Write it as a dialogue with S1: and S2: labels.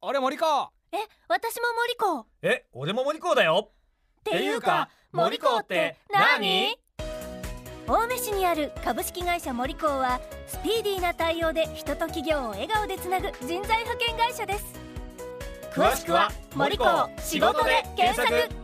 S1: あれ森か
S2: え、私も森子っ
S3: え、俺も森高だよ
S2: ていうか森子って何青梅市にある株式会社森子はスピーディーな対応で人と企業を笑顔でつなぐ人材派遣会社です詳しくは森子を仕事で検索